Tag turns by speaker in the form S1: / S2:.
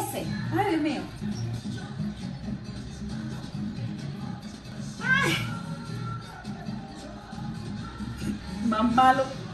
S1: Ay, Dios mío. Ay. Más malo.